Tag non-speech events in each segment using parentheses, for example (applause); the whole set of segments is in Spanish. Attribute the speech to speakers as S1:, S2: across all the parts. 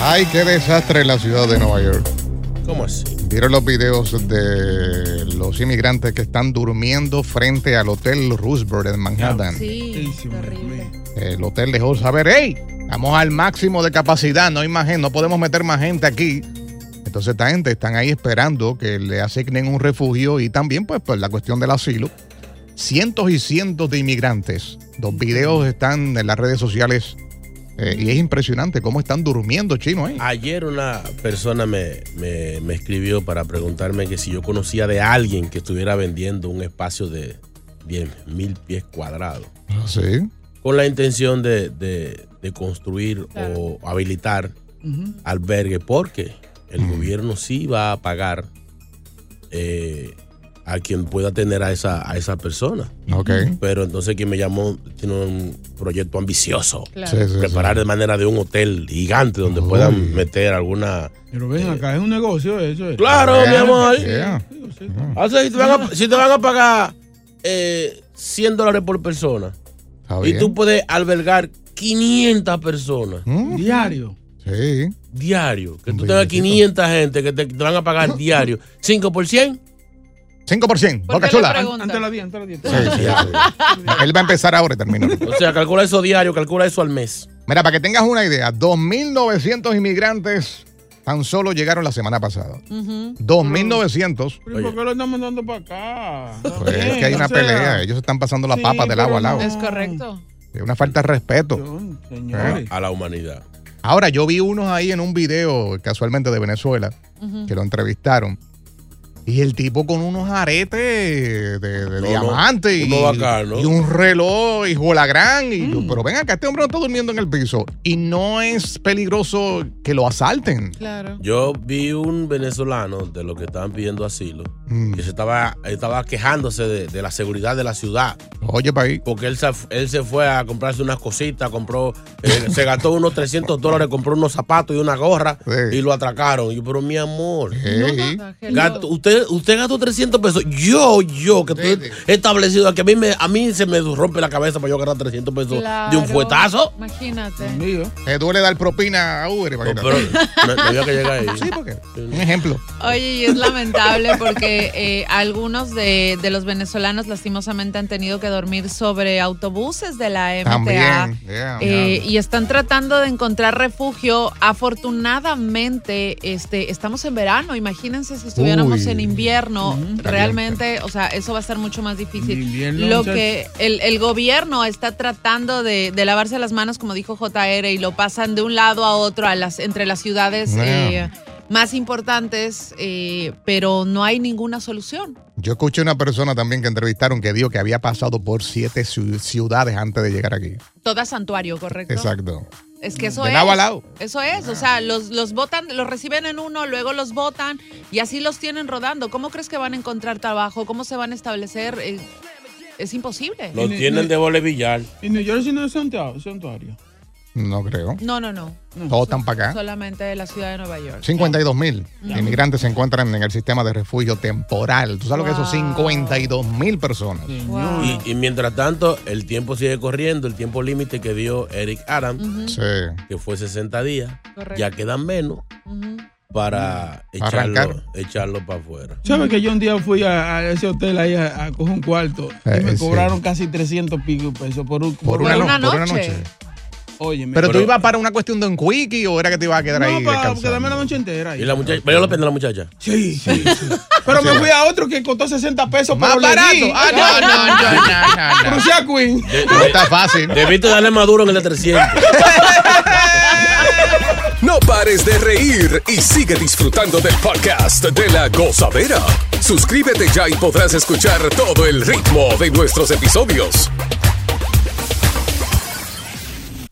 S1: Ay, qué desastre en la ciudad de Nueva York.
S2: ¿Cómo es?
S1: Vieron los videos de los inmigrantes que están durmiendo frente al Hotel Roosevelt en Manhattan.
S3: Sí, terrible.
S1: El hotel dejó saber, hey, estamos al máximo de capacidad, no hay más gente, no podemos meter más gente aquí. Entonces esta gente están ahí esperando que le asignen un refugio y también pues, pues la cuestión del asilo. Cientos y cientos de inmigrantes. Los videos están en las redes sociales eh, y es impresionante cómo están durmiendo chino ahí.
S4: Ayer una persona me, me- me escribió para preguntarme que si yo conocía de alguien que estuviera vendiendo un espacio de 10 mil pies cuadrados
S1: Sí.
S4: con la intención de, de- de construir o habilitar albergue porque el gobierno sí va a pagar eh, a quien pueda tener a esa, a esa persona.
S1: Ok.
S4: Pero entonces quien me llamó tiene un proyecto ambicioso
S1: Sí, sí, sí.
S4: preparar de manera de un hotel gigante donde
S1: Uy.
S4: puedan meter alguna.
S5: Pero ven acá, es un negocio eso. eh. Es.
S4: Claro, mi amor.
S1: Yeah.
S4: O sea, si te van a, si te van a pagar eh, 100 dólares por persona
S1: Está
S4: y
S1: bien.
S4: tú puedes albergar 500 personas
S1: Mm,
S5: Diario.
S1: Sí.
S4: diario, que tú
S1: Un ¿Mm?
S4: tengas
S1: billetito.
S4: 500 gente que te, te van a pagar diario, 5 por 100.
S1: 5%. Boca Chula.
S5: Antes la 10, antes la 10.
S1: Sí, sí, sí.
S5: (laughs)
S1: Él va a empezar ahora y termina.
S4: (laughs) O sea, calcula eso diario, calcula eso al mes.
S1: Mira, para que tengas una idea, 2.900 inmigrantes tan solo llegaron la semana pasada. 2.900.
S5: Pero ¿y ¿por qué lo están mandando para acá?
S1: Pues es que hay una pelea. Ellos están pasando la
S5: sí,
S1: papa del
S5: pero
S1: agua al
S5: no.
S1: agua.
S5: Es correcto.
S1: Es una falta de respeto.
S5: Señores.
S4: A la humanidad.
S1: Ahora, yo vi unos ahí en un video, casualmente de Venezuela, que lo entrevistaron. Y el tipo con unos aretes de, de
S4: no,
S1: diamante y,
S4: uno bacano.
S1: y un reloj, hijo de la gran. Y yo, pero ven acá, este hombre no está durmiendo en el piso. Y no es peligroso que lo asalten.
S3: Claro.
S4: Yo vi un venezolano de los que estaban pidiendo asilo
S1: Mm.
S4: que se estaba, estaba quejándose de- de la seguridad de la ciudad.
S1: Oye, país.
S4: Porque él se, él se fue a comprarse unas cositas, compró, eh, (laughs) se gastó unos 300 dólares, compró unos zapatos y una gorra
S1: Sí.
S4: y lo atracaron. Y yo, pero mi amor,
S1: Ey.
S4: gasto- usted, usted gastó 300 pesos. Yo, yo, que estoy establecido aquí, a mí, me, a mí se me rompe la cabeza para yo gastar 300 pesos de un fuetazo.
S3: Imagínate.
S5: Mío.
S1: Te duele dar propina a Uber.
S4: No,
S1: imagínate.
S4: pero no, no había que llegar ahí.
S1: sí, porque. Un ejemplo.
S6: Oye, y es lamentable porque eh, algunos de, de los venezolanos lastimosamente han tenido que dormir sobre autobuses de la MTA.
S1: También. yeah.
S6: Eh, y están tratando de encontrar refugio. Afortunadamente, este, estamos en verano. Imagínense si estuviéramos
S1: Uy. Mm,
S6: en invierno.
S5: Ujú.
S6: Realmente, o sea, eso va a estar mucho más
S5: En
S6: difícil.
S5: invierno,
S6: lo
S5: muchachos.
S6: que el, el gobierno está tratando de, de lavarse las manos, como dijo JR, y lo pasan de un lado a otro a las, entre las ciudades.
S1: Wow.
S6: eh, más importantes, eh, pero no hay ninguna solución.
S1: Yo escuché una persona también que entrevistaron que dijo que había pasado por siete ciu- ciudades antes de llegar aquí.
S6: Toda santuario, ¿correcto?
S1: Exacto.
S6: Es que eso
S1: Mm, De
S6: es.
S1: lado a lado.
S6: Eso es, o sea, los, los votan, los reciben en uno, luego los votan y así los tienen rodando. ¿Cómo crees que van a encontrar trabajo? ¿Cómo se van a establecer? Eh, es imposible.
S4: Lo tienen de vole billar.
S5: Y New Jersey no es santua- santuario.
S1: No creo.
S6: No, no, no.
S1: Todos están para acá.
S6: Solamente de la ciudad de Nueva York.
S1: 52 mil
S6: Ya.
S1: inmigrantes se encuentran en el sistema de refugio temporal. ¿Tú sabes lo que
S6: Wow.
S1: eso? 52 mil personas.
S6: Wow.
S4: Y, y mientras tanto, el tiempo sigue corriendo, el tiempo límite que dio Eric Adam,
S6: Ujú.
S1: Sí.
S4: que fue 60 días,
S6: Correcto.
S4: ya quedan menos
S6: Ujú.
S4: para echarlo,
S1: Arrancar.
S4: echarlo para afuera.
S5: ¿Sabes que yo un día fui a, a ese hotel ahí a, a coger un cuarto
S1: Eh,
S5: y me
S1: sí.
S5: cobraron casi 300 pico de pesos por un
S1: Por una,
S6: Por
S1: no-
S6: una
S1: por una
S6: noche.
S1: noche.
S5: Óyeme.
S1: Pero, tú ibas para una cuestión de un quickie o era que te ibas a quedar ahí
S5: No, para
S1: descansando?
S5: quedarme la noche entera ahí.
S4: Y la muchacha, valió la pena la muchacha.
S5: Sí, sí. Pero me fui a otro que costó 60 pesos
S1: Más
S5: pero le
S1: barato.
S5: di.
S1: Ah, no, no, no, no, no.
S5: Crucé a Queen.
S1: No está fácil.
S4: Debiste darle maduro en el de 300.
S7: No pares de reír y sigue disfrutando del podcast de la gozadera. Suscríbete ya y podrás escuchar todo el ritmo de nuestros episodios.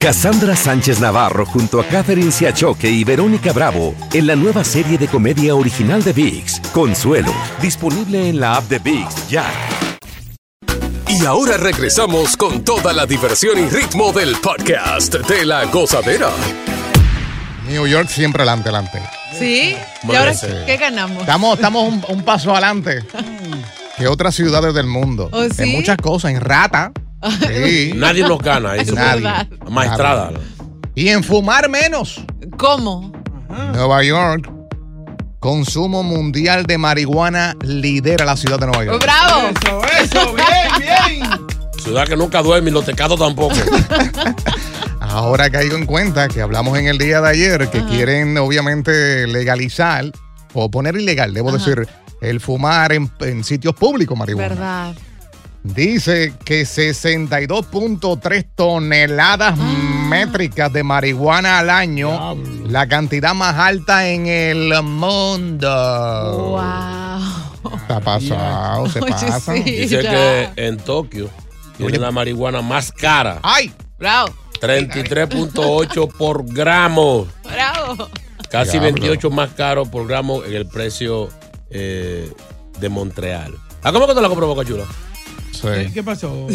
S8: Cassandra Sánchez Navarro junto a Catherine Siachoque y Verónica Bravo en la nueva serie de comedia original de VIX, Consuelo, disponible en la app de VIX ya.
S7: Y ahora regresamos con toda la diversión y ritmo del podcast de la gozadera.
S1: New York siempre adelante, adelante.
S6: Sí. ¿Y ahora qué ganamos?
S1: Estamos, estamos un, un paso adelante que otras ciudades del mundo.
S6: ¿Oh, sí?
S1: En muchas cosas, en rata.
S6: (laughs)
S1: Sí.
S4: Nadie nos gana. Eso
S1: Nadie.
S6: verdad.
S4: Maestrada.
S1: Y en fumar menos.
S6: ¿Cómo?
S1: Nueva York. Consumo mundial de marihuana lidera la ciudad de Nueva York.
S6: ¡Bravo!
S5: Eso, eso, bien, bien.
S4: Ciudad que nunca duerme y los tecados tampoco.
S1: Ahora caigo en cuenta que hablamos en el día de ayer que quieren obviamente legalizar o poner ilegal, debo decir, el fumar en, en sitios públicos marihuana.
S6: ¿Verdad?
S1: Dice que 62.3 toneladas
S6: Ah.
S1: métricas de marihuana al año, la cantidad más alta en el mundo.
S6: ¡Wow!
S1: Está pasado,
S6: (laughs)
S1: se
S6: Oye,
S1: pasa.
S6: sí.
S4: Dice
S6: ya.
S4: que en Tokio tiene la marihuana más cara.
S1: ¡Ay!
S6: ¡Bravo!
S4: 33.8 por gramo.
S6: ¡Bravo!
S4: Casi
S1: Diablo.
S4: 28 más caro por gramo en el precio eh, de Montreal. ¿A cómo que te la compro Boca Chula?
S1: Sí.
S5: ¿Qué pasó?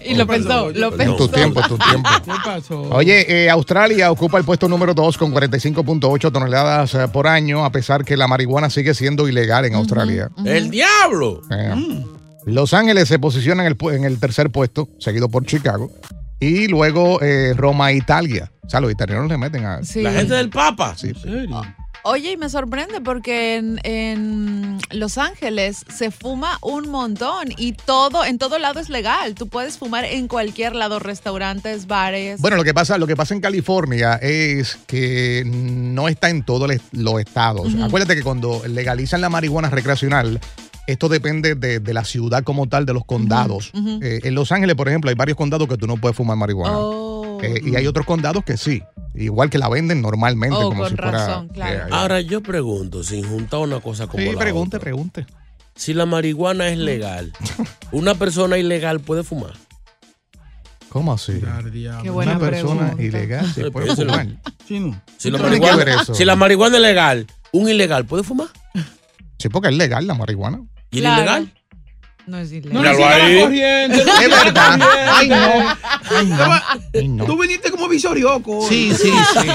S6: Y lo pensó, lo
S4: No,
S1: En
S6: pensó.
S1: tu tiempo, en tu tiempo.
S5: ¿Qué pasó?
S1: Oye, eh, Australia ocupa el puesto número 2 con 45.8 toneladas eh, por año, a pesar que la marihuana sigue siendo ilegal en Australia.
S4: ¡El Mm. diablo!
S1: Eh,
S6: Mm.
S1: Los Ángeles se posiciona en el, pu- en el tercer puesto, seguido por Chicago. Y luego eh, Roma e Italia. O sea, los italianos le meten a...
S6: Sí.
S4: La gente del Papa.
S1: Sí,
S5: ¿En
S1: sí.
S5: serio?
S6: Oye, y me sorprende porque en, en Los Ángeles se fuma un montón y todo, en todo lado es legal. Tú puedes fumar en cualquier lado, restaurantes, bares.
S1: Bueno, lo que pasa, lo que pasa en California es que no está en todos les- los estados. Acuérdate que cuando legalizan la marihuana recreacional, esto depende de, de la ciudad como tal, de los condados. Eh, en Los Ángeles, por ejemplo, hay varios condados que tú no puedes fumar marihuana.
S6: Oh.
S1: Eh, y hay otros condados que sí, igual que la venden normalmente,
S6: Oh,
S1: como
S6: con
S1: si fuera.
S6: razón, claro.
S4: Ahora yo pregunto, sin juntar una cosa como
S1: sí,
S4: la
S1: pregunte,
S4: otra.
S1: pregunte. Mm.
S4: Si la marihuana es
S1: (laughs)
S4: legal, ¿una persona ilegal puede fumar?
S1: Eh, ¿Cómo así?
S5: Dar diablo.
S6: Qué buena
S1: Una persona
S6: pregunta.
S1: ilegal se
S4: Sí,
S1: puede
S4: piénselo.
S1: fumar.
S5: Chino.
S4: Si la,
S1: No tiene que
S4: marihuana,
S1: ver eso.
S4: si la marihuana es legal, ¿un ilegal puede fumar?
S1: Sí, porque es legal la marihuana.
S4: ¿Y el
S6: Claro.
S4: ilegal?
S6: No es ilegal.
S5: No
S4: Míralo
S5: le sigas
S4: ahí.
S5: la corriente. no le
S1: Es
S5: sigas la
S1: verdad. Ay, no. Ay, no. Ay,
S5: corriente. Tú
S1: no.
S5: viniste como visorioco.
S1: Sí,
S5: (laughs)
S1: sí, sí, sí.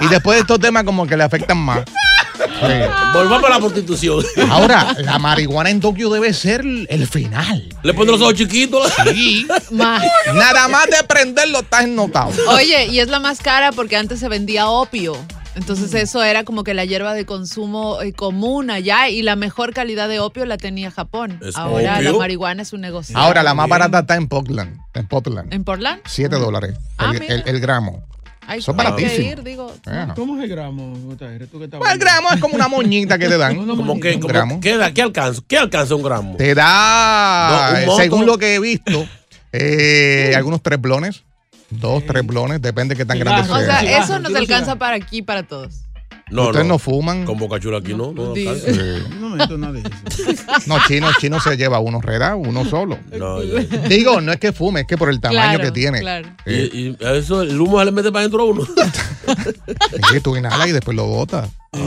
S1: Y después de estos temas, como que le afectan más. Sí.
S4: Volvamos a la prostitución.
S1: Ahora, la marihuana en Tokio debe ser el final.
S4: Le pone los ojos chiquitos.
S1: Y
S6: Ma-
S1: nada más de prenderlo estás notado.
S6: Oye, y es la más cara porque antes se vendía opio. Entonces eso era como que la hierba de consumo eh, común allá y la mejor calidad de opio la tenía Japón.
S1: ¿Es
S6: Ahora la
S1: opio? Ah,
S6: marihuana es un negocio.
S1: Ahora, la más barata está en Portland. está en Portland.
S6: ¿En Portland?
S1: 7 dólares.
S6: Ah,
S1: el,
S6: mira.
S1: el- el gramo.
S6: Ay,
S1: Eso es
S5: hay que
S1: baratísimo.
S5: ir,
S6: digo.
S1: Ah.
S5: ¿Cómo es el gramo? Gutiérrez? ¿Tú qué estás
S1: Pues el gramo es como una moñita que te dan. (laughs)
S4: Como que, como-
S1: gramo.
S4: ¿qué, da- qué alcanza? ¿Qué alcanza un gramo?
S1: Te da,
S4: No, un
S1: eh,
S4: moto.
S1: según lo que he visto, eh, algunos treblones. Dos treblones, depende de qué tan grande sea.
S6: Ah, o sea, eh, eso
S5: yo
S6: nos
S5: no
S6: alcanza para aquí, para todos.
S4: No,
S1: Ustedes
S4: no.
S1: no fuman.
S4: Con Boca Chula aquí no. No,
S6: Digo.
S4: alcanza.
S1: Eh, No, chino, chino se lleva uno reda,
S6: (laughs)
S1: uno solo. Eh,
S4: No, ya.
S1: Digo, no es que fume, es que por el tamaño
S6: Claro,
S1: que tiene. Eh,
S6: claro.
S4: Y, y a eso el humo se le mete para adentro a uno.
S1: Es que tú inhalas y después lo botas.
S4: Ah.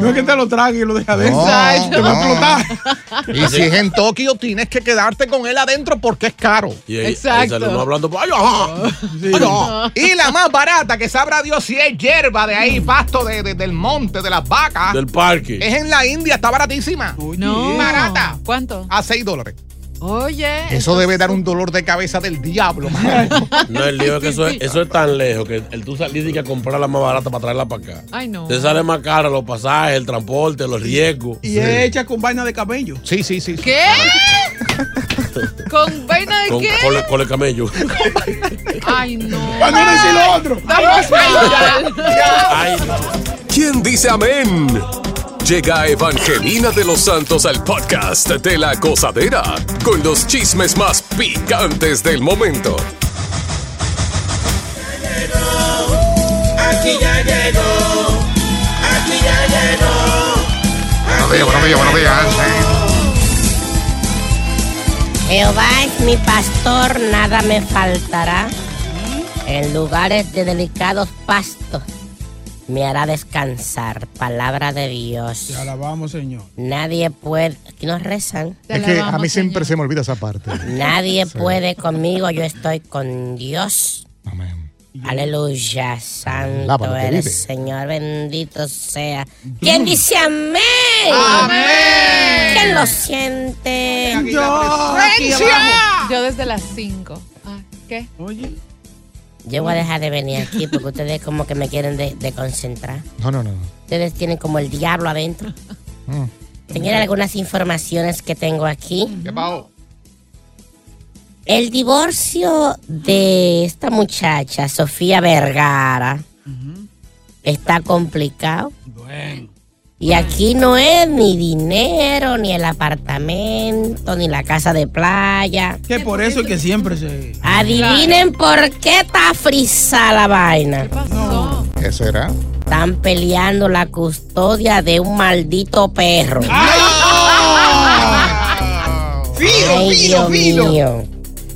S5: No es que te lo trague y lo deja adentro.
S1: No,
S5: te va a
S1: no.
S5: explotar.
S1: Y si es en Tokio, tienes que quedarte con él adentro porque es caro.
S4: Y ahí, ahí
S6: Exacto.
S4: sale uno hablando. ¡Ay, ajá! Mm.
S1: Ah, no. Y la más barata, que sabrá Dios si es hierba de ahí, pasto de, de- del monte, de las
S6: Ah.
S1: vacas,
S4: Del parque.
S6: (laughs)
S1: es en la India, está baratísima.
S6: No.
S1: Barata.
S6: ¿Cuánto?
S1: A 6 dólares.
S6: Oye.
S1: Eso debe dar un dolor de cabeza del
S5: (laughs)
S1: diablo. mano.
S4: No, el lío es que
S6: Sí,
S4: eso,
S6: sí.
S4: es, eso es tan lejos que el tú saliste y que comprar la más barata para traerla para acá.
S6: Ay, no.
S4: Te sale más cara los pasajes, el transporte, los riesgos.
S5: Y es hecha con vaina de cabello.
S1: Sí, sí, sí.
S6: ¿Qué? (laughs) ¿Con vaina de
S4: Con,
S6: qué?
S4: con el, con el camello.
S6: Ay, no.
S5: Cuando uno dice lo otro.
S6: Estamos
S4: Ay,
S8: ¿Quién dice amén? Llega Evangelina de los Santos al podcast de la gozadera con los chismes más picantes del momento.
S1: Buenos días, buenos días, buenos días.
S9: Jehová es mi pastor, nada me faltará. En lugares de delicados pastos me hará descansar. Palabra de Dios.
S5: Te alabamos, Señor.
S9: Nadie puede. Aquí nos rezan.
S6: Te
S1: Es que a mí
S6: alabamos,
S1: siempre
S6: Señor.
S1: se me olvida esa parte.
S9: Nadie puede conmigo, yo estoy con Dios.
S1: Amén.
S9: Aleluya, santo
S1: Alábalo, que vive.
S9: eres, Señor, bendito sea. ¿Quién dice amén?
S5: Amén.
S9: ¿Quién lo siente?
S5: Yo.
S6: Yo desde las 5. Ah, ¿Qué?
S5: Oye.
S9: Yo voy a dejar de venir aquí porque ustedes como que me quieren de, de concentrar.
S1: No, no, no.
S9: Ustedes tienen como el diablo adentro.
S1: Mm.
S9: Señora, algunas informaciones que tengo aquí.
S1: ¿Qué pao?
S9: El divorcio de esta muchacha, Sofía Vergara, está complicado.
S5: Bueno.
S9: Y aquí no es ni dinero, ni el apartamento, ni la casa de playa.
S5: Que por eso es que siempre se.
S9: Adivinen por qué está frisa la vaina.
S6: Pasó.
S1: ¿Qué será?
S9: Están peleando la custodia de un maldito perro.
S5: Filo,
S9: Ay,
S5: filo,
S9: Dios
S5: filo.
S9: mío.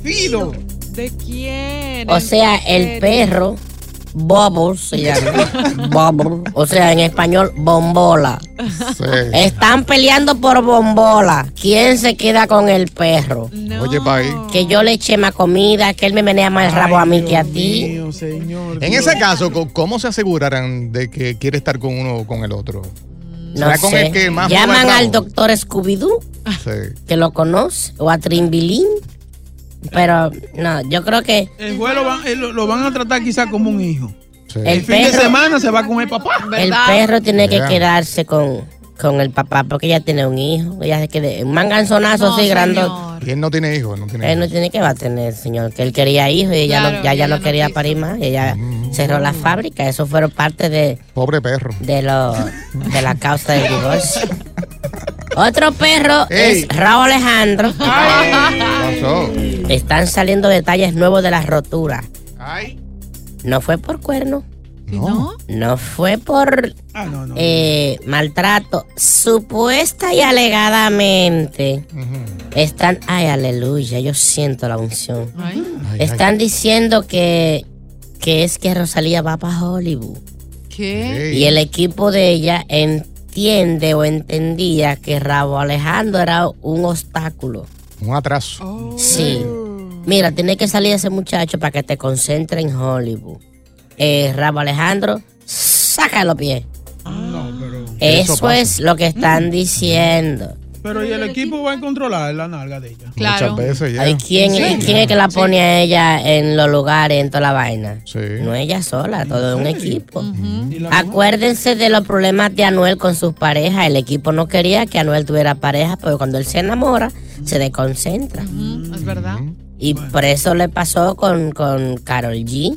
S5: Filo.
S6: ¿De quién?
S9: O sea, el perro, Bubbles se llama. Bubble. O sea, en español, bombola.
S1: Sí.
S9: Están peleando por bombola. ¿Quién se queda con el perro?
S6: No.
S1: Oye, pa' ahí.
S9: Que yo le eche más comida, que él me menea más el rabo a mí que a ti.
S5: Mío, señor.
S1: En ese caso, co- ¿cómo se asegurarán de que quiere estar con uno o con el otro?
S9: No
S1: ¿Será con
S9: sé.
S1: el que más mueve el
S9: Llaman
S1: rabo?
S9: al doctor Scooby-Doo,
S1: Sí.
S9: que lo conoce, o a Trimbilín. Pero no, yo creo que
S5: El vuelo van- eh, lo, lo van a tratar quizá como un hijo.
S1: sí.
S9: el
S5: El fin de
S9: perro,
S5: semana se va con el papá.
S9: el
S6: ¿Verdad?
S9: perro tiene que
S1: Ya.
S9: quedarse con, con el papá porque ella tiene un hijo. Ella se quede, un manganzonazo
S6: No,
S9: así grandote.
S6: señor.
S1: Y él no tiene hijos, no tiene
S9: Él no
S1: hijos.
S9: tiene que va a tener, señor, que él quería hijos y ella no,
S6: Claro,
S9: ya, ya
S6: ella
S9: no
S6: no
S9: quería
S6: quiso.
S9: parir más, y ella cerró la fábrica, eso fueron parte de,
S1: Mm. Pobre perro.
S9: de, lo, de la causa del divorcio. Otro perro
S1: Ey.
S9: es Raúl Alejandro.
S1: ¿Qué pasó?
S9: Están saliendo detalles nuevos de las roturas.
S1: Ay.
S9: No fue por cuerno,
S6: ¿Y no?
S9: no fue por
S5: Ah, no, no.
S9: eh, maltrato. Supuesta y alegadamente están, ay aleluya, yo siento la unción.
S6: Ay,
S9: Están diciendo que, que es que Rosalía va para Hollywood.
S6: ¿Qué?
S9: Y el equipo de ella entiende o entendía que Rabo Alejandro era un obstáculo.
S1: Un atraso.
S6: Oh.
S9: Sí. Mira, tiene que salir ese muchacho para que te concentre en Hollywood. Eh, Rabo Alejandro, saca los pies.
S5: no, pero.
S9: Eso,
S1: pasa.
S9: es lo que están diciendo.
S5: Pero y el equipo va a controlar la nalga de ella.
S9: Claro.
S1: Muchas veces ya.
S9: ¿Y quién,
S5: ¿En
S9: y
S5: serio?
S9: quién es que la
S5: Sí.
S9: pone a ella en los lugares, en toda la vaina? No ella sola, todo un equipo. Acuérdense de los problemas de Anuel con sus parejas. El equipo no quería que Anuel tuviera pareja, porque cuando él se enamora, se desconcentra.
S6: Es verdad.
S9: Y por eso le pasó con, con Carol G,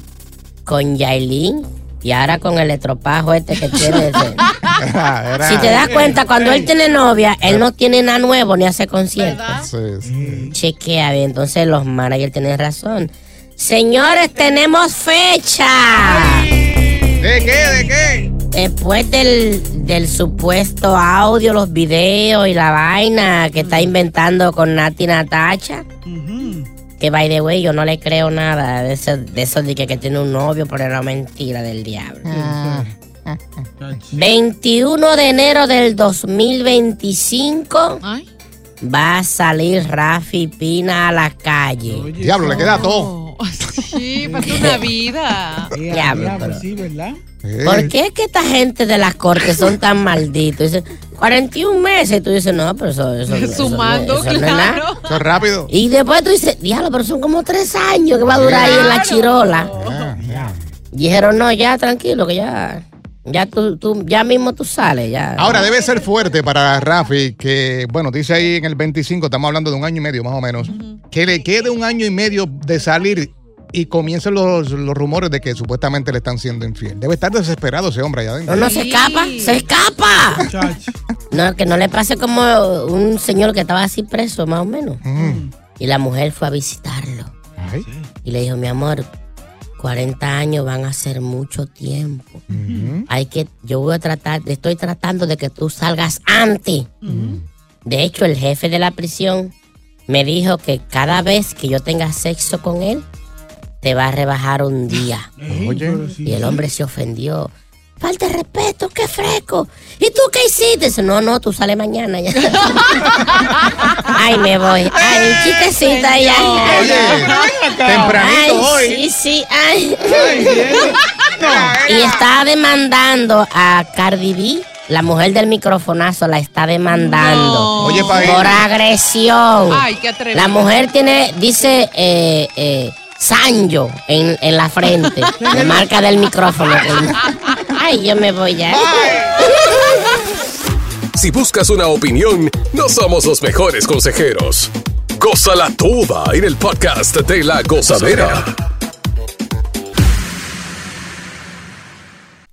S9: con Yailin y ahora con el estropajo este que
S1: (laughs)
S9: tiene. ese. si te das cuenta, cuando él tiene novia, él no tiene nada nuevo ni hace conciertos.
S6: ¿Ah?
S9: Mm. Chequea bien, entonces los managers tienen razón. Señores, tenemos fecha.
S1: ¿De qué? ¿De qué?
S9: Después del, del supuesto audio, los videos y la vaina que está inventando con Nati Natacha. Que by the way, yo no le creo nada de eso, de eso de que, que tiene un novio, pero era mentira del diablo.
S6: Ah,
S9: 21 de enero del 2025 va a salir Rafi Pina a la calle.
S1: Diablo, le queda todo.
S6: Sí, pasó una vida.
S9: Diablo, pero-
S5: Sí, ¿verdad?
S1: Eh.
S9: ¿Por qué es que esta gente de las cortes son
S1: (laughs)
S9: tan malditos? Dicen, 41 meses. Y tú dices, no, pero eso, eso, eso-
S6: (laughs) Sumando,
S9: eso no es nada.
S6: claro.
S1: Eso es rápido.
S9: Y después tú dices, diablo, pero son como tres años que va a durar ahí en la chirola. Dijeron, no, ya, tranquilo, que ya, ya tú, tú- ya mismo tú sales, ya.
S1: Ahora debe ser fuerte para Rafi, que bueno, dice ahí en el 25, estamos hablando de un año y medio más o menos, que le quede un año y medio de salir y comiencen los, los rumores de que supuestamente le están siendo infiel. Debe estar desesperado ese hombre allá adentro.
S9: No, no, se escapa, se escapa. No, que no le pase como un señor que estaba así preso, más o menos. Y la mujer fue a visitarlo. Y le dijo, mi amor, 40 años van a ser mucho tiempo. Hay que, yo voy a tratar, estoy tratando de que tú salgas antes. mm. De hecho, el jefe de la prisión me dijo que cada vez que yo tenga sexo con él, te va a rebajar un día. Y el hombre se ofendió. Falta de respeto, qué fresco. ¿Y tú qué hiciste? Dice, no, no, tú sales mañana ya. (laughs) ay, me voy. Ay, chistecita, ay, ay, ay. (laughs)
S1: tempranito
S9: Ay,
S1: hoy.
S9: Sí, sí, ay. (laughs) Y está demandando a Cardi B, la mujer del microfonazo, la está demandando.
S1: Oye, País.
S9: Por agresión.
S6: Ay, qué atrevido.
S9: La mujer tiene, dice, eh, eh, Sancho en, en la frente, la marca del micrófono. Ay, yo me voy ya.
S8: Si buscas una opinión, no somos los mejores consejeros. Cosa la tuba en el podcast de la gozadera.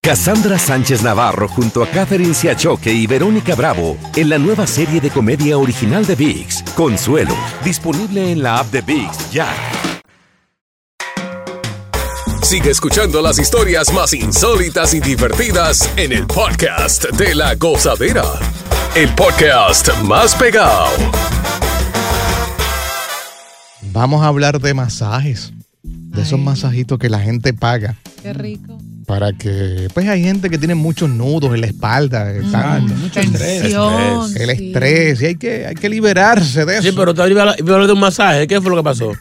S10: Cassandra Sánchez Navarro junto a Catherine Siachoque y Verónica Bravo en la nueva serie de comedia original de VIX, Consuelo, disponible en la app de VIX ya.
S8: Sigue escuchando las historias más insólitas y divertidas en el podcast de la gozadera. El podcast más pegado.
S1: Vamos a hablar de masajes, de esos masajitos que la gente paga.
S6: Qué rico.
S1: Para que, pues hay gente que tiene muchos nudos en la espalda, están-
S4: mucho estrés.
S6: Tensión,
S1: el estrés, y hay que, hay que liberarse de eso.
S4: Sí, pero te iba a iba a hablar de un masaje. ¿Qué fue lo que pasó?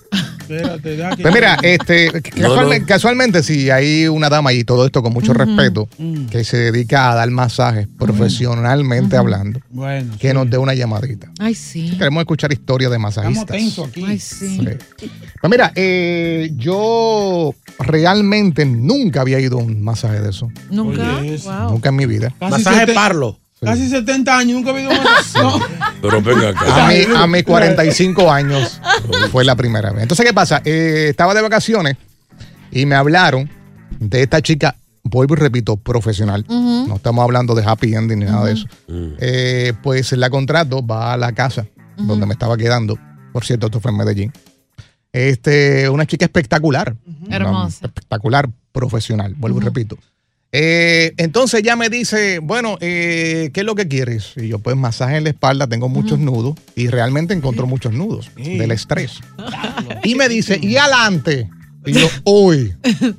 S1: Pues mira, este, casualme- casualmente, si hay una dama, y todo esto con mucho respeto, que se dedica a dar masajes profesionalmente hablando,
S5: Bueno.
S1: que nos dé una llamadita.
S6: Ay, sí.
S1: Queremos escuchar historias de
S5: Estamos
S1: masajistas.
S5: tensos aquí.
S6: Ay, sí.
S1: Pues mira, eh, yo realmente nunca había ido a un masaje de eso.
S6: Nunca.
S5: Oye, eso.
S6: Wow.
S1: Nunca en mi vida.
S5: Casi
S4: Masaje
S5: seten-
S4: parlo.
S5: Casi 70 años, nunca he
S1: (laughs)
S5: visto más.
S4: Pero venga acá.
S1: A, mi- a mis 45 años fue la primera vez. Entonces, ¿qué pasa? Eh, estaba de vacaciones y me hablaron de esta chica, vuelvo y repito, profesional. No estamos hablando de happy ending ni nada de eso.
S4: Mm.
S1: Eh, pues la contrato, va a la casa donde me estaba quedando. Por cierto, esto fue en Medellín. Este, una chica espectacular. Una
S6: Hermosa.
S1: espectacular, profesional, vuelvo y repito. Eh, entonces ya me dice, bueno, eh, ¿qué es lo que quieres? Y yo, pues masaje en la espalda, tengo muchos nudos y realmente encontró muchos nudos del estrés. Y me dice, y adelante. Y yo, uy.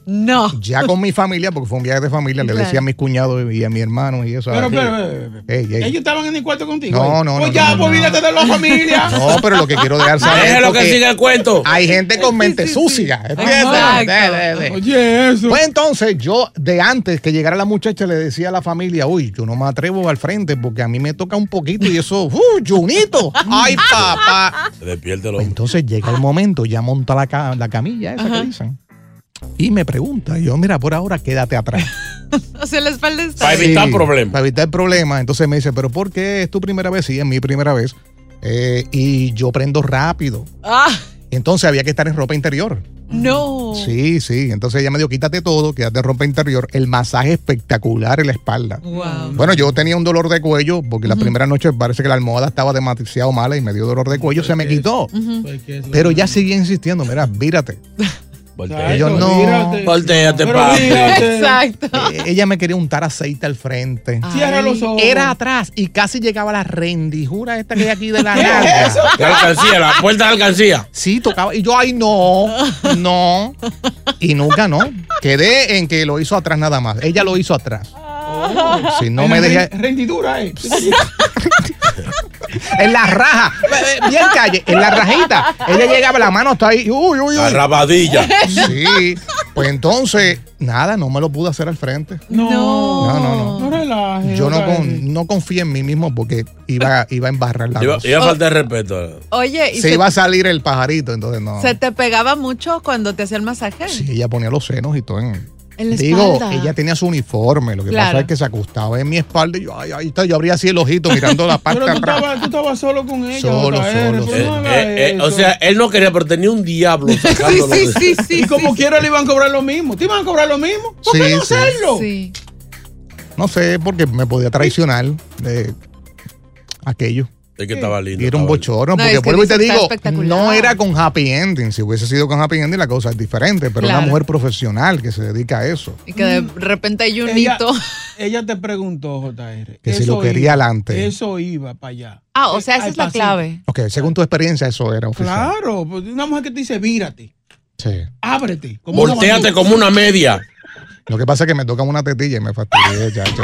S6: No.
S1: Ya con mi familia, porque fue un viaje de familia, le
S5: Claro.
S1: decía a mis cuñados y a mi hermano y eso.
S5: Pero,
S1: así.
S5: pero, pero,
S1: Ey, ey.
S5: Ellos estaban en el cuarto contigo.
S1: No,
S5: ¿eh?
S1: no, no.
S5: Pues
S1: no,
S5: ya,
S1: no,
S5: pues
S1: no.
S5: olvídate
S1: (laughs)
S5: de la familia.
S1: No, pero lo que quiero dejar saber. es
S5: Déjalo que
S1: porque
S5: siga el cuento.
S1: Hay gente con mente sucia.
S5: Ah,
S1: ¿entiendes?
S5: Exacto.
S1: Sí, sí, sí. Pues entonces yo, de antes que llegara la muchacha, le decía a la familia, uy, yo no me atrevo al frente porque a mí me toca un poquito y eso, (laughs) ¡uh, Junito! ¡Ay, papá!
S4: Se despierte el
S1: Pues
S4: hombre.
S1: entonces llega el momento, ya monta la, ca- la camilla esa
S6: Ajá.
S1: que dicen. Y me pregunta, y yo, mira, por ahora quédate
S4: (laughs)
S1: atrás.
S6: (laughs) O sea, la espalda está.
S1: Sí, Para evitar problemas. Entonces me dice, pero ¿por qué es tu primera vez? Sí, es mi primera vez. Eh, y yo prendo rápido.
S6: Ah,
S1: Entonces había que estar en ropa interior.
S6: no.
S1: Sí, sí. Entonces ella me dijo, quítate todo, quédate en ropa interior. El masaje espectacular en la espalda.
S6: Wow.
S1: Bueno, yo tenía un dolor de cuello porque la primera noche parece que la almohada estaba demasiado mala y me dio dolor de cuello, se me quitó.
S5: Pues,
S1: Pero ya seguía insistiendo, mira, vírate. Y yo no.
S5: Vírate.
S4: Voltéate,
S5: Pero
S4: papi.
S5: vírate.
S6: Exacto.
S1: E-, Ella me quería untar aceite al frente.
S5: Cierra los ojos.
S1: Era atrás y casi llegaba la rendijura esta que hay aquí de la (laughs)
S5: ¿Qué
S1: nalga.
S5: es eso?
S4: La alcancía, la puerta de la alcancía.
S1: Sí, tocaba. Y yo, ay, no, no. Y nunca no. Quedé en que lo hizo atrás nada más. Ella lo hizo atrás. Oh, Si no
S5: Era
S1: me dejé.
S5: ren- Rendidura, eh.
S1: (laughs) En la raja. Bien calle, en la rajita. Ella llegaba, la mano está ahí. Uy, uy,
S4: La
S1: uy.
S4: rabadilla.
S1: Sí. Pues entonces, nada, no me lo pude hacer al frente.
S5: No.
S1: No, no, no.
S5: No relajes. eh.
S1: Yo no,
S5: otra vez.
S1: con, no confié en mí mismo porque iba, iba a embarrar la
S4: Iba,
S1: cosa.
S5: Oh.
S4: iba a faltar respeto.
S6: Oye, Oh, ¿y
S1: Se
S6: se,
S1: iba a salir el pajarito, entonces no.
S6: se te pegaba mucho cuando te hacía el masaje?
S1: Sí, ella ponía los senos y todo en.
S6: En la
S1: Digo,
S6: espalda.
S1: ella tenía su uniforme. Lo que
S6: Claro.
S1: pasa es que se acostaba en mi espalda y yo, ay, ahí está, yo abría así el ojito
S6: (laughs)
S1: mirando la parte
S5: Pero tú
S1: de atrás.
S5: estabas, tú estabas solo con ella.
S1: Solo,
S5: otra vez,
S1: solo,
S5: pero
S4: Eh,
S5: no hagas
S4: eh, eh, o
S5: eso.
S4: sea, él no quería, pero tenía un diablo sacándolo. de-
S5: Y como quiera le iban a cobrar lo mismo. ¿Te iban a cobrar lo mismo? ¿Por
S1: Sí,
S5: qué no
S1: sí.
S5: hacerlo?
S6: Sí.
S1: No sé, porque me podía traicionar de aquello.
S4: Es que estaba lindo.
S1: Y era un
S4: estaba
S1: bochorno,
S6: No,
S1: porque
S6: es que
S1: vuelvo y te
S6: dice, está
S1: digo,
S6: espectacular.
S1: no era con happy ending. Si hubiese sido con happy ending, la cosa es diferente. Pero
S6: Claro.
S1: una mujer profesional que se dedica a eso, Mm.
S6: Y que de repente hay un
S5: Mm. Ella-
S6: hito. (laughs)
S5: Ella te preguntó, JR.
S1: que si
S5: eso
S1: lo quería
S5: iba-
S1: adelante.
S5: Eso iba para allá.
S6: Ah, o sea, esa
S5: Ay,
S6: es la
S5: pasito.
S6: clave.
S1: Ok, según tu experiencia, eso era oficial.
S5: Claro, pues, una mujer que te dice, vírate,
S1: Sí.
S5: ábrete. como una
S4: Volteate
S5: bandido.
S4: como una media.
S1: Lo que pasa es que me tocan una tetilla y me fastidié, chacho.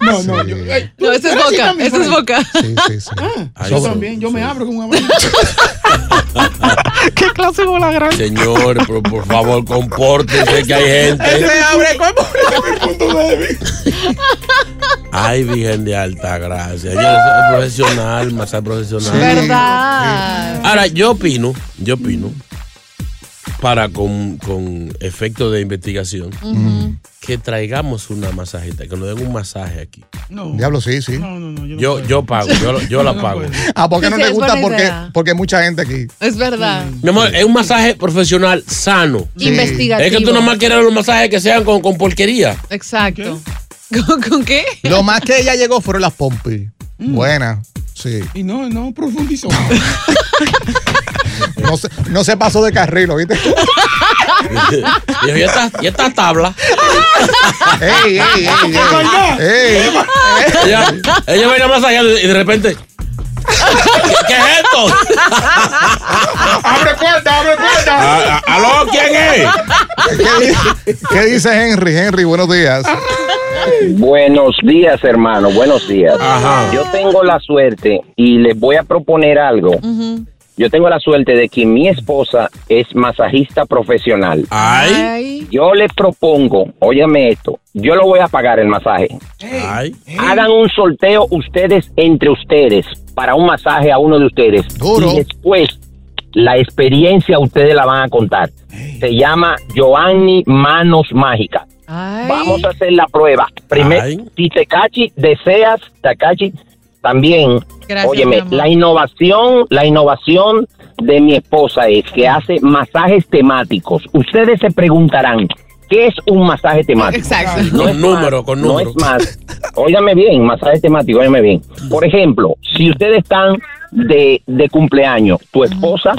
S5: No, no,
S1: Sí.
S5: yo, ey, tú-
S6: No, esa es
S5: tú eres así
S6: boca.
S5: también,
S6: Esa es
S5: Frank.
S6: boca.
S1: Sí, sí, sí.
S4: Ay,
S5: Yo
S4: sí,
S5: también, yo me
S4: sí.
S5: abro con un
S6: (laughs)
S5: abanico.
S1: ¿Qué clase de bola grande?
S4: Señor, por, por favor, compórtense que hay gente.
S5: se abre como un punto débil.
S4: Ay, Virgen de Alta Gracia. Ella es profesional, más profesional.
S6: ¿Verdad?
S4: Ahora, yo opino, yo opino, para con, con efecto de investigación,
S1: Mm.
S6: Ujú.
S4: que traigamos una masajita, que nos den un masaje aquí.
S5: No,
S1: Diablo, sí, sí.
S5: no, no, no, yo no
S4: Yo,
S5: puedo.
S4: yo pago, yo, yo la
S5: (laughs) No
S4: pago.
S5: puedo.
S1: Ah, ¿por qué
S6: Sí,
S1: no
S6: sí,
S1: te
S6: es
S1: gusta?
S6: buena
S1: Porque,
S6: idea.
S1: porque hay mucha gente aquí.
S6: Es verdad.
S4: Mi amor, es un masaje profesional sano.
S6: Investigativo.
S4: Es que tú nomás quieres los masajes que sean con, con porquería.
S6: Exacto. ¿Con, con qué?
S1: Lo más que ella llegó fueron las pompis.
S6: Mm.
S1: Buena. Sí.
S5: Y no, no
S6: (laughs)
S5: profundizó.
S1: No se, no se pasó de carril, ¿viste?
S4: Dijo, ¿y esta, y esta tabla?
S1: ¡Ey, ey, ey! ¡Ey! ey.
S4: Ella, ella viene a masajear y de repente. ¿Qué, qué es esto?
S5: ¡Abre puerta, abre puerta!
S4: A- a- ¿Aló? ¿Quién es?
S1: ¿Qué, di- qué dice Henry? Henry, buenos días.
S11: Buenos días, hermano, buenos días. Yo tengo la suerte y les voy a proponer algo.
S6: Ujú.
S11: Yo tengo la suerte de que mi esposa es masajista profesional.
S4: Ay.
S6: Ay.
S11: Yo le propongo, óyame esto, yo lo voy a pagar el masaje.
S4: Ay.
S11: Hagan un sorteo ustedes entre ustedes para un masaje a uno de ustedes.
S1: Duro.
S11: Y después, la experiencia ustedes la van a contar. Se llama Giovanni Manos Mágicas.
S6: Ay.
S11: Vamos a hacer la prueba. Primero,
S4: Ay.
S11: si Tekachi deseas, Tekachi, también,
S6: Gracias, mi
S11: óyeme,
S6: amor.
S11: la innovación, la innovación de mi esposa es que hace masajes temáticos. Ustedes se preguntarán, ¿qué es un masaje temático?
S6: Exacto.
S4: Con
S11: es
S4: número,
S11: más,
S4: con
S11: no
S4: número.
S11: es más. Óigame bien, masaje temático, óigame bien. Por ejemplo, si ustedes están de, de cumpleaños, tu esposa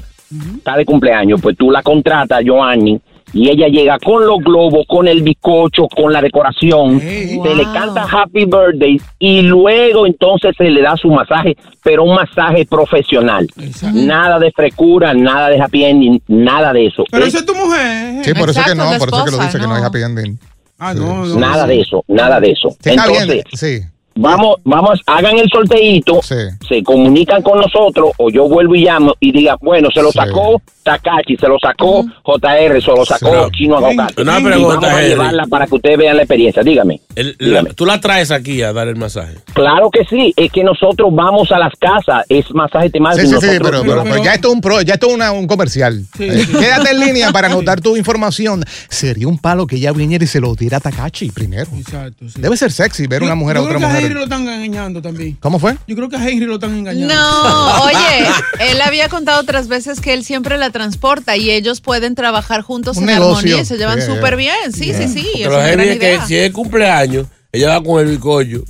S11: está de cumpleaños, pues tú la contratas, Joanny, Y ella llega con los globos, con el bizcocho, con la decoración. se le canta Happy Birthday y luego entonces se le da su masaje, pero un masaje profesional. Nada de frecura, nada de happy ending, nada de eso.
S5: Pero
S11: Es
S5: esa es tu mujer. eh,
S1: Sí, por eso que no, por eso que lo dice que no es
S5: es
S1: happy ending.
S5: Ah, no, no.
S11: nada de eso, nada de eso.
S1: Sí, está bien,
S11: Entonces,
S1: sí.
S11: vamos, vamos, hagan el sorteíto, se comunican con nosotros o yo vuelvo y llamo y diga, bueno, se lo sacó Takachi, se lo sacó JR, se lo sacó
S4: Será-
S11: Chino Aguacate.
S4: Una
S11: Y
S4: pregunta,
S11: vamos a
S4: Henry.
S11: llevarla para que ustedes vean la experiencia, dígame.
S4: El- la- tú la traes aquí a dar el masaje.
S11: Claro que sí, es que nosotros vamos a las casas, es masaje temático.
S1: Sí, sí, sí,
S11: nosotros-
S1: pero, pero- pero ya esto es un pro, ya esto es una- un comercial. Eh, Quédate en línea
S5: (laughs)
S1: para anotar tu información. Sería un palo que ya viniera y se lo diera a Takachi primero. Debe ser sexy ver una mujer a
S5: Yo
S1: otra
S5: creo que a Henry
S1: mujer.
S5: lo están engañando también.
S1: ¿Cómo fue?
S5: Yo creo que a Henry lo están engañando.
S6: No, oye, él había contado otras veces que él siempre la transporta y ellos pueden trabajar juntos
S4: Un
S6: en
S4: negocio.
S6: armonía y se llevan
S4: Yeah,
S6: súper bien. Sí, sí, sí, es
S4: Porque lo
S6: una gran
S4: heavy es que
S6: idea.
S4: si es cumpleaños, ella va con el bicollo,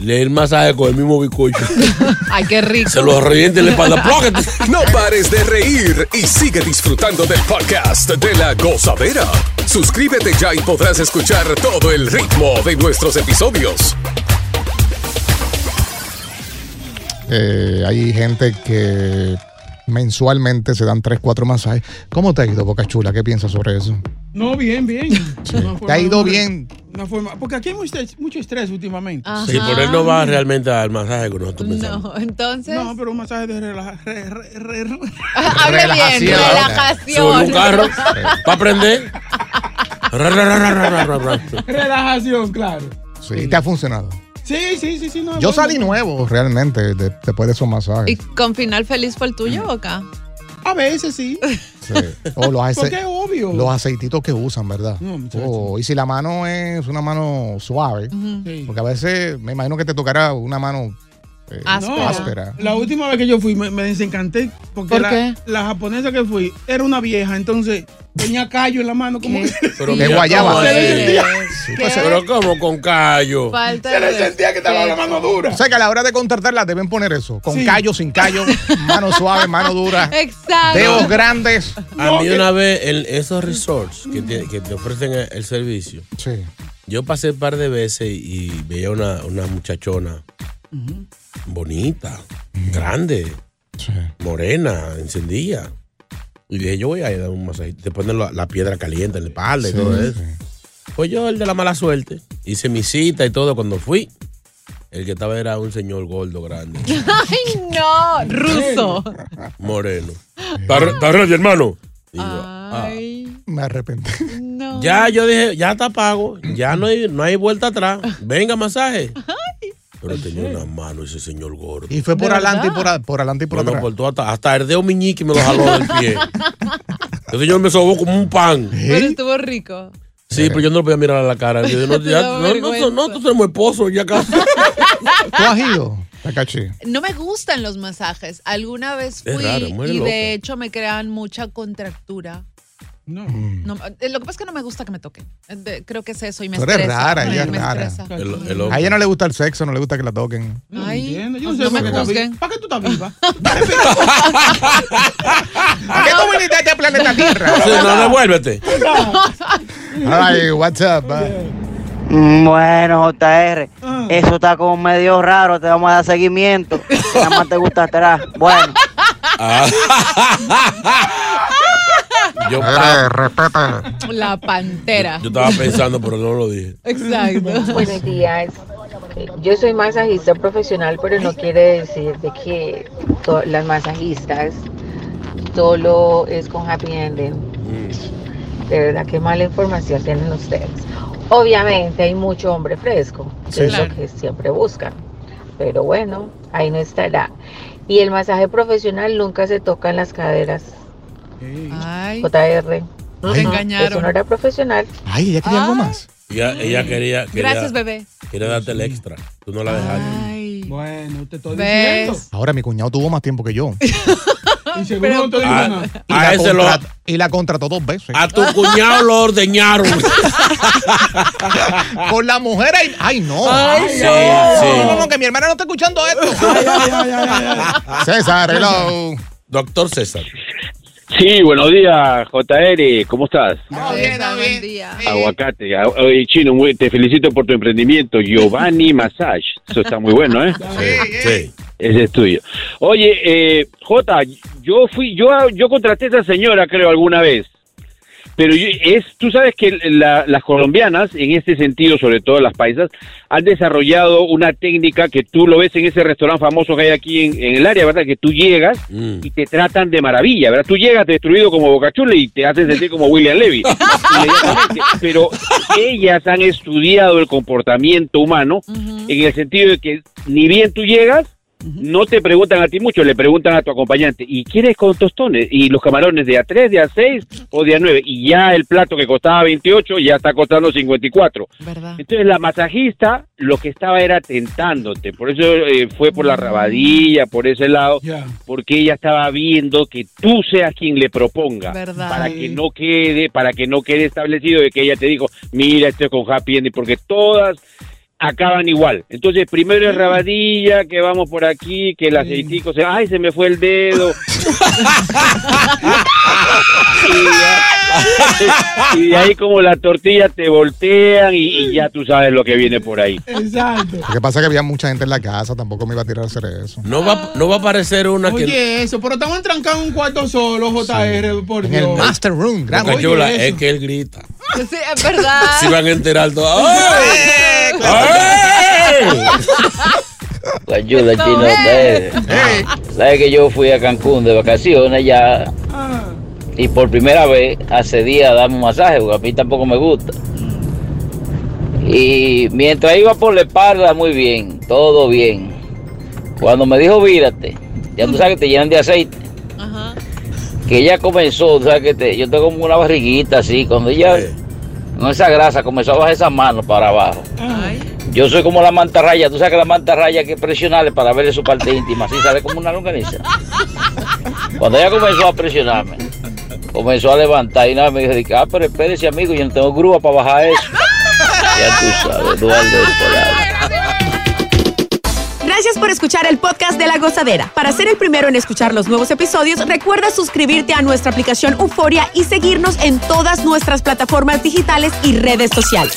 S4: le da el masaje con el mismo bicollo.
S6: Ay, qué rico.
S4: Se lo revienta en la espalda. ¡Plóquete!
S8: No pares de reír y sigue disfrutando del podcast de la gozadera. Suscríbete ya y podrás escuchar todo el ritmo de nuestros episodios.
S1: Eh, hay gente que mensualmente se dan 3, 4 masajes. ¿Cómo te ha ido, Boca Chula? ¿Qué piensas sobre eso?
S5: No, bien, bien. Una forma-
S1: Te ha ido bien.
S5: Una forma, porque aquí hay mucho, estrés- mucho estrés últimamente.
S4: Sí, por él no va realmente al masaje que nosotros pensamos. (laughs)
S6: entonces.
S5: No, pero un masaje de relajación.
S4: Ah,
S6: Hable bien,
S4: Sube
S6: relajación.
S4: un carro
S6: (laughs)
S4: para aprender. Ra, ra, ra, ra, ra, ra, ra.
S5: (laughs) Relajación, claro.
S1: Sí. ¿Y te ha funcionado?
S5: Sí, sí, sí, sí. No,
S1: Yo
S5: Ah, bueno.
S1: salí nuevo realmente de- después de esos
S6: ¿Y
S1: masajes.
S6: con final feliz fue el tuyo, Boca?
S5: A veces sí.
S1: Sí. O los ace-
S5: Porque es obvio.
S1: Los aceititos que usan, ¿verdad? Oh, y si la mano es una mano suave, porque a veces me imagino que te tocará una mano eh,
S5: No,
S1: áspera.
S5: La última vez que yo fui me, me desencanté porque
S1: ¿Por
S5: la,
S1: qué?
S5: la japonesa que fui era una vieja, entonces tenía callo en la mano como que-
S4: Pero
S1: De
S4: mira,
S1: guayaba.
S4: ¿cómo
S1: Sí,
S4: es?
S1: sí,
S5: pues,
S4: Pero como con callo.
S5: Se le sentía que estaba la mano dura.
S1: O sea que a la hora de contratarla deben poner eso, con
S5: Sí.
S1: callo,
S5: (laughs)
S1: sin callo, mano suave, mano dura,
S6: Exacto.
S1: dedos grandes.
S4: A mí una vez en esos resorts que te, que te ofrecen el- el servicio, yo pasé un par de veces y veía una, una muchachona bonita, grande, morena, encendida. Y dije, yo voy a ir a dar un masaje. Te ponen la, la piedra caliente en la espalda y
S1: Sí,
S4: todo eso. Pues yo, el de la mala suerte, hice mi cita y todo. Cuando fui, el que estaba era un señor gordo, grande,
S6: Ay, no, ruso.
S1: Eh.
S4: moreno. Está re- está ready, hermano. Y yo, ah.
S1: Me arrepentí.
S4: Ya yo dije, ya está pago, ya no hay, no hay vuelta atrás. Venga, masaje. Pero tenía una mano ese señor gordo.
S1: Y fue por adelante y por, a- por adelante y por
S4: No, no,
S1: atrás.
S4: por todo, hasta, hasta el dedo miñique me lo jaló del pie. El señor me sobó como un pan.
S1: ¿Eh?
S6: Pero estuvo rico.
S4: Sí, pero yo no lo podía mirar a la cara. Yo, no,
S6: Te
S4: ya-
S6: daba
S4: no, no,
S6: vergüenza.
S4: no, nosotros somos esposos ya casi.
S1: ¿Tú has ido, Takachi?
S6: No me gustan los masajes. Alguna vez
S1: Es
S6: fui
S1: raro, muere
S6: y
S1: loca.
S6: de hecho me crean mucha contractura.
S5: No.
S6: No, eh, lo que pasa es que no me gusta que me toquen. Eh, de- Creo que es eso y me
S1: Tú eres
S6: estresa.
S1: rara,
S6: Ay,
S1: ella es
S6: me
S1: rara.
S6: estresa.
S1: A ella no le gusta el sexo, no le gusta que la toquen.
S5: No
S6: Ay,
S5: entiendo. Yo no
S6: no
S5: sé
S6: me
S5: para qué estás
S6: juzguen.
S5: viva. ¿Para qué tú estás viva? ¿Para qué tú viniste
S1: a este planeta
S5: (laughs)
S1: Tierra?
S4: Sí, no, devuélvete.
S1: Ay, what's up? ah?
S12: Mm, Bueno, JR, eso está como medio raro, te vamos a dar seguimiento. Nada más te gusta atrás. Bueno.
S4: Yo,
S1: respeta.
S6: La pantera.
S4: Yo estaba pensando, pero no lo dije.
S6: Exacto.
S13: (laughs) Buenos días. Yo soy masajista profesional, pero no quiere decir de que to- las masajistas solo es con happy ending. De verdad, qué mala información tienen ustedes. Obviamente hay mucho hombre fresco, que
S14: Sí,
S13: es
S14: claro.
S13: lo que siempre buscan. Pero bueno, ahí no estará. Y el masaje profesional nunca se toca en las caderas. JR.
S6: Te engañaron. Ah,
S13: Eso no era profesional.
S1: Ay, ella quería algo más.
S4: Ella, ella quería, quería.
S6: Gracias, bebé.
S4: Quería darte el extra. Tú no la dejaste.
S5: Bueno, te estoy
S6: ¿Ves?
S5: diciendo.
S1: Ahora mi cuñado tuvo más tiempo que yo.
S5: Y seguro no te digo
S4: Ah,
S5: nada.
S1: Y,
S4: A
S1: la,
S4: ese lo-
S1: contrat- y la contrató dos veces.
S4: A tu cuñado lo ordeñaron.
S1: Con la mujer ahí. ¡Ay, no!
S4: Ay, Sí, no. sí.
S1: Como que mi hermana no está escuchando esto. César, hello.
S4: Doctor César.
S14: Sí, buenos días, JR, ¿cómo estás?
S6: Buen día.
S14: Aguacate, a- oye, chino, muy- te felicito por tu emprendimiento, Giovanni Massage. Eso está muy bueno, ¿eh?
S4: Sí.
S14: Ese es tuyo. Oye, eh, Jota, yo fui, yo, yo contraté a esa señora, creo, alguna vez. Pero yo- es, tú sabes que la- las colombianas, en este sentido, sobre todo las paisas, han desarrollado una técnica que tú lo ves en ese restaurante famoso que hay aquí en, en el área, ¿verdad? Que tú llegas y te tratan de maravilla, ¿verdad? Tú llegas destruido como Bocachule y te hacen sentir como William
S5: (laughs)
S14: Levy. inmediatamente. Pero ellas han estudiado el comportamiento humano en el sentido de que ni bien tú llegas, no te preguntan a ti mucho, le preguntan a tu acompañante, ¿y quieres con tostones? Y los camarones de a 3, de a 6 o de a 9. Y ya el plato que costaba 28 ya está costando 54. Entonces la masajista lo que estaba era tentándote. Por eso eh, fue por la rabadilla, por ese lado, porque ella estaba viendo que tú seas quien le proponga.
S6: Verdad.
S14: Para que no quede, para que no quede establecido de que ella te dijo, mira, esto es con happy ending, porque todas acaban igual. Entonces, primero es rabadilla, que vamos por aquí, que el aceitico se... ¡Ay, se me fue el dedo! y, ya- y de ahí como la tortilla te voltean y, y ya tú sabes lo que viene por ahí.
S5: Exacto.
S1: Lo que pasa es que había mucha gente en la casa, tampoco me iba a tirar a hacer eso.
S4: No va, no va a aparecer una que.
S5: Oye, eso, pero estamos entrancados en un cuarto solo, JR, por
S1: En
S5: Dios.
S1: el master room, gran-
S4: Boca
S5: Oye,
S4: Chula,
S5: eso.
S4: es que él grita.
S6: Sí, es verdad.
S5: (laughs)
S4: Si van a enterar
S6: (laughs)
S4: todos. ¡Ay! ¡Ay!
S15: Ayuda,
S6: Esto
S15: chino.
S6: es.
S15: ¿sabes? Sabes que yo fui a Cancún de vacaciones ya y por primera vez accedí a darme un masaje, porque a mí tampoco me gusta. Y mientras iba por la espalda, muy bien, todo bien. Cuando me dijo, vírate, ya tú sabes que te llenan de aceite. Que ella comenzó, tú sabes que te- yo tengo como una barriguita así, cuando ella, con esa grasa, comenzó a bajar esas manos para abajo. Yo soy como la mantarraya, tú sabes que la mantarraya hay que presionarle para verle su parte íntima, así sale como una longaniza. Cuando ella comenzó a presionarme, comenzó a levantar y nada, me dijo, dije, ah, pero espérese amigo, yo no tengo grúa para bajar eso. Ya tú sabes, Eduardo del Polar.
S16: Gracias por escuchar el podcast de La Gozadera. Para ser el primero en escuchar los nuevos episodios, recuerda suscribirte a nuestra aplicación Euforia y seguirnos en todas nuestras plataformas digitales y redes sociales.